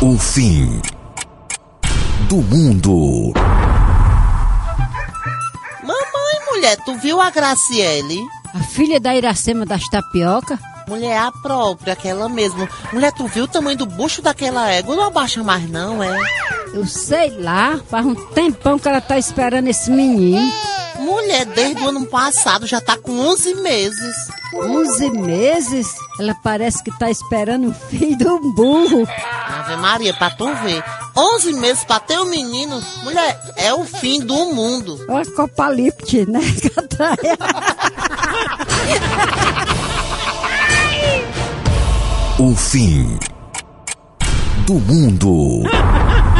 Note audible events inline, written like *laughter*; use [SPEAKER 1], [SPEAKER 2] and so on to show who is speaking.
[SPEAKER 1] O fim do mundo.
[SPEAKER 2] Mamãe, mulher, tu viu a Graciele?
[SPEAKER 3] A filha da Iracema das Tapioca?
[SPEAKER 2] Mulher a própria, aquela mesmo. Mulher, tu viu o tamanho do bucho daquela égua? Não abaixa mais não, é?
[SPEAKER 3] Eu sei lá, faz um tempão que ela tá esperando esse menino.
[SPEAKER 2] Mulher, desde o ano passado já tá com 11 meses.
[SPEAKER 3] 11 meses? Ela parece que tá esperando o filho de um burro.
[SPEAKER 2] Ave Maria, pra tu ver. 11 meses pra ter um menino. Mulher, é o fim do mundo.
[SPEAKER 3] Olha o copalipte, É um né? *laughs*
[SPEAKER 1] O fim do mundo.